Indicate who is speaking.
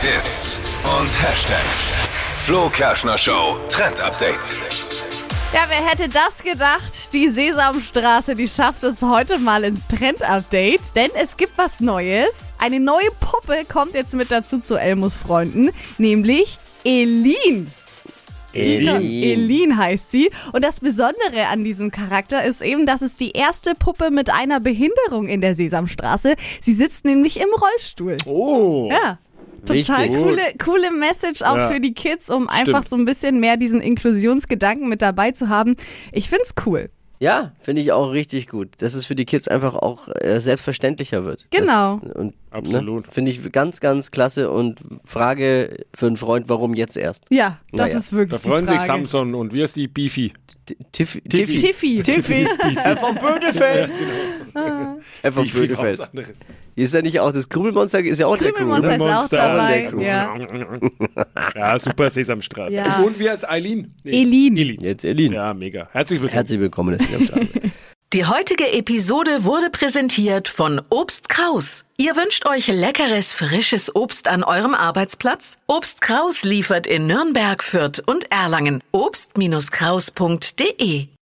Speaker 1: Hits und Hashtags. Flo Kerschner Show Trend Update.
Speaker 2: Ja, wer hätte das gedacht? Die Sesamstraße, die schafft es heute mal ins Trend-Update, denn es gibt was Neues. Eine neue Puppe kommt jetzt mit dazu zu Elmos Freunden, nämlich Elin. Elin heißt sie. Und das Besondere an diesem Charakter ist eben, dass es die erste Puppe mit einer Behinderung in der Sesamstraße. Sie sitzt nämlich im Rollstuhl.
Speaker 3: Oh.
Speaker 2: Ja. Total
Speaker 3: Richtig.
Speaker 2: coole, coole Message auch
Speaker 3: Ja.
Speaker 2: für die Kids, um einfach so ein bisschen mehr diesen Inklusionsgedanken mit dabei zu haben. Ich find's cool.
Speaker 4: Ja, finde ich auch richtig gut, dass es für die Kids einfach auch äh, selbstverständlicher wird.
Speaker 2: Genau.
Speaker 4: Das, und,
Speaker 3: Absolut.
Speaker 4: Ne, finde ich ganz, ganz klasse und Frage für einen Freund, warum jetzt erst?
Speaker 2: Ja, das
Speaker 4: Naja,
Speaker 2: ist wirklich
Speaker 3: Da freuen
Speaker 2: die
Speaker 3: sich
Speaker 2: Frage.
Speaker 3: Samson und wir ist die Beefy.
Speaker 4: T- Tiff-
Speaker 3: Tiffy.
Speaker 2: Tiffy.
Speaker 4: Tiffy. Äh, von Bödefeld. Äh, von Bödefeld.
Speaker 3: anderes.
Speaker 4: Ist ja nicht auch das Krümelmonster? Ist ja auch der Krümel.
Speaker 2: Krümelmonster
Speaker 4: Ne?
Speaker 2: ist auch dabei. Ja.
Speaker 3: ja, super Sesamstraße.
Speaker 2: Ja.
Speaker 3: Und wir als Eileen. Nee.
Speaker 2: Elin.
Speaker 4: Jetzt Elin.
Speaker 3: Ja, mega. Herzlich willkommen.
Speaker 4: Herzlich willkommen, das ist am Start.
Speaker 5: Die heutige Episode wurde präsentiert von Obst Kraus. Ihr wünscht euch leckeres, frisches Obst an eurem Arbeitsplatz? Obst Kraus liefert in Nürnberg, Fürth und Erlangen. Obst-Kraus.de